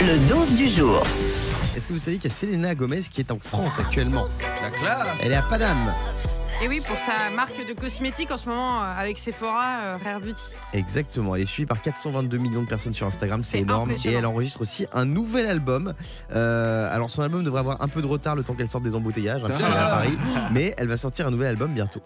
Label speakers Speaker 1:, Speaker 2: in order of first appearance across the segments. Speaker 1: Le 12 du jour.
Speaker 2: Est-ce que vous savez qu'il y a Selena Gomez qui est en France actuellement
Speaker 3: La classe
Speaker 2: Elle est à Paname.
Speaker 4: Et oui, pour sa marque de cosmétiques en ce moment euh, avec Sephora, euh, Rare Beauty.
Speaker 2: Exactement, elle est suivie par 422 millions de personnes sur Instagram, c'est
Speaker 4: C'est
Speaker 2: énorme. Et
Speaker 4: impressionnant.
Speaker 2: elle enregistre aussi un nouvel album. Euh, alors son album devrait avoir un peu de retard le temps qu'elle sorte des embouteillages, hein, parce qu'elle est à Paris. Mais elle va sortir un nouvel album bientôt.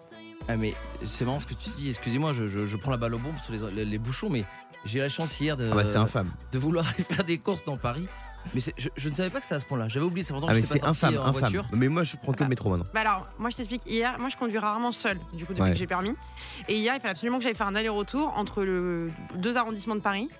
Speaker 3: Ah, mais c'est marrant ce que tu dis, excusez-moi, je, je- je prends la balle au bon sur les, les- les bouchons, mais j'ai eu la chance hier de,
Speaker 2: Ah bah c'est infâme.
Speaker 3: de vouloir aller faire des courses dans Paris. Mais c'est- je, je ne savais pas que c'était à ce point-là. J'avais oublié, c'est pendant
Speaker 2: Ah
Speaker 3: que
Speaker 2: mais
Speaker 3: je n'étais
Speaker 2: c'est
Speaker 3: pas sorti
Speaker 2: infâme,
Speaker 3: en
Speaker 2: infâme.
Speaker 3: voiture. Ah.
Speaker 2: Mais moi je prends que le métro maintenant.
Speaker 4: Bah alors, moi je t'explique, hier, moi je conduis rarement seule, du coup, depuis
Speaker 2: Ouais.
Speaker 4: que j'ai le permis. Et hier, il fallait absolument que j'aille faire un aller-retour entre le, deux arrondissements de Paris.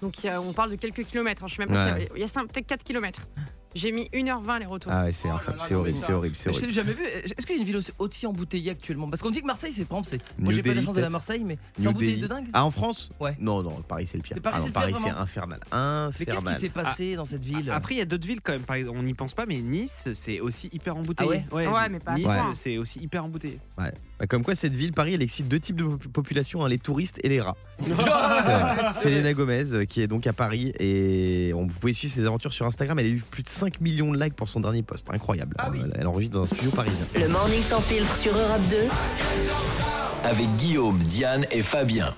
Speaker 4: Donc il y a- on parle de quelques kilomètres, hein, je sais même pas
Speaker 2: Ouais.
Speaker 4: si- Il y a cinq- peut-être 4 kilomètres. J'ai mis 1h20 les retours.
Speaker 2: Ah ouais, c'est infâme, c'est horrible, c'est horrible, c'est
Speaker 3: Mais je
Speaker 2: horrible.
Speaker 3: l'ai jamais vu. Euh, Est-ce qu'il y a une ville aussi, aussi embouteillée actuellement Parce qu'on dit que Marseille, c'est par exemple, c'est. Moi,
Speaker 2: New
Speaker 3: j'ai pas la
Speaker 2: Delhi,
Speaker 3: chance d'aller à
Speaker 2: peut-être.
Speaker 3: Marseille, mais c'est
Speaker 2: New
Speaker 3: embouteillé
Speaker 2: Delhi.
Speaker 3: de dingue.
Speaker 2: Ah en France
Speaker 3: Ouais.
Speaker 2: Non non, Paris c'est le pire.
Speaker 3: C'est Paris,
Speaker 2: Ah non,
Speaker 3: c'est le pire,
Speaker 2: Paris c'est
Speaker 3: vraiment.
Speaker 2: infernal,
Speaker 3: Mais qu'est-ce qui
Speaker 2: infernal.
Speaker 3: s'est
Speaker 2: Ah.
Speaker 3: passé dans cette ville
Speaker 5: Après, il y a d'autres villes quand même. Par exemple, on n'y pense pas, mais Nice, c'est aussi hyper embouteillé.
Speaker 3: Ah
Speaker 4: Ouais, mais pas à ce
Speaker 5: Nice,
Speaker 4: point.
Speaker 5: c'est aussi hyper embouteillé.
Speaker 2: Bah, Comme quoi cette ville Paris elle excite deux types de pop- populations, hein, les touristes et les rats.
Speaker 3: C'est vrai.
Speaker 2: Selena Gomez euh, qui est donc à Paris et on, vous pouvez suivre ses aventures sur Instagram. Elle a eu plus de 5 millions de likes pour son dernier post. Incroyable.
Speaker 3: Ah oui.
Speaker 2: Elle- Elle enregistre dans un studio parisien.
Speaker 1: Le morning sans filtre sur Europe 2.
Speaker 6: Avec Guillaume, Diane et Fabien.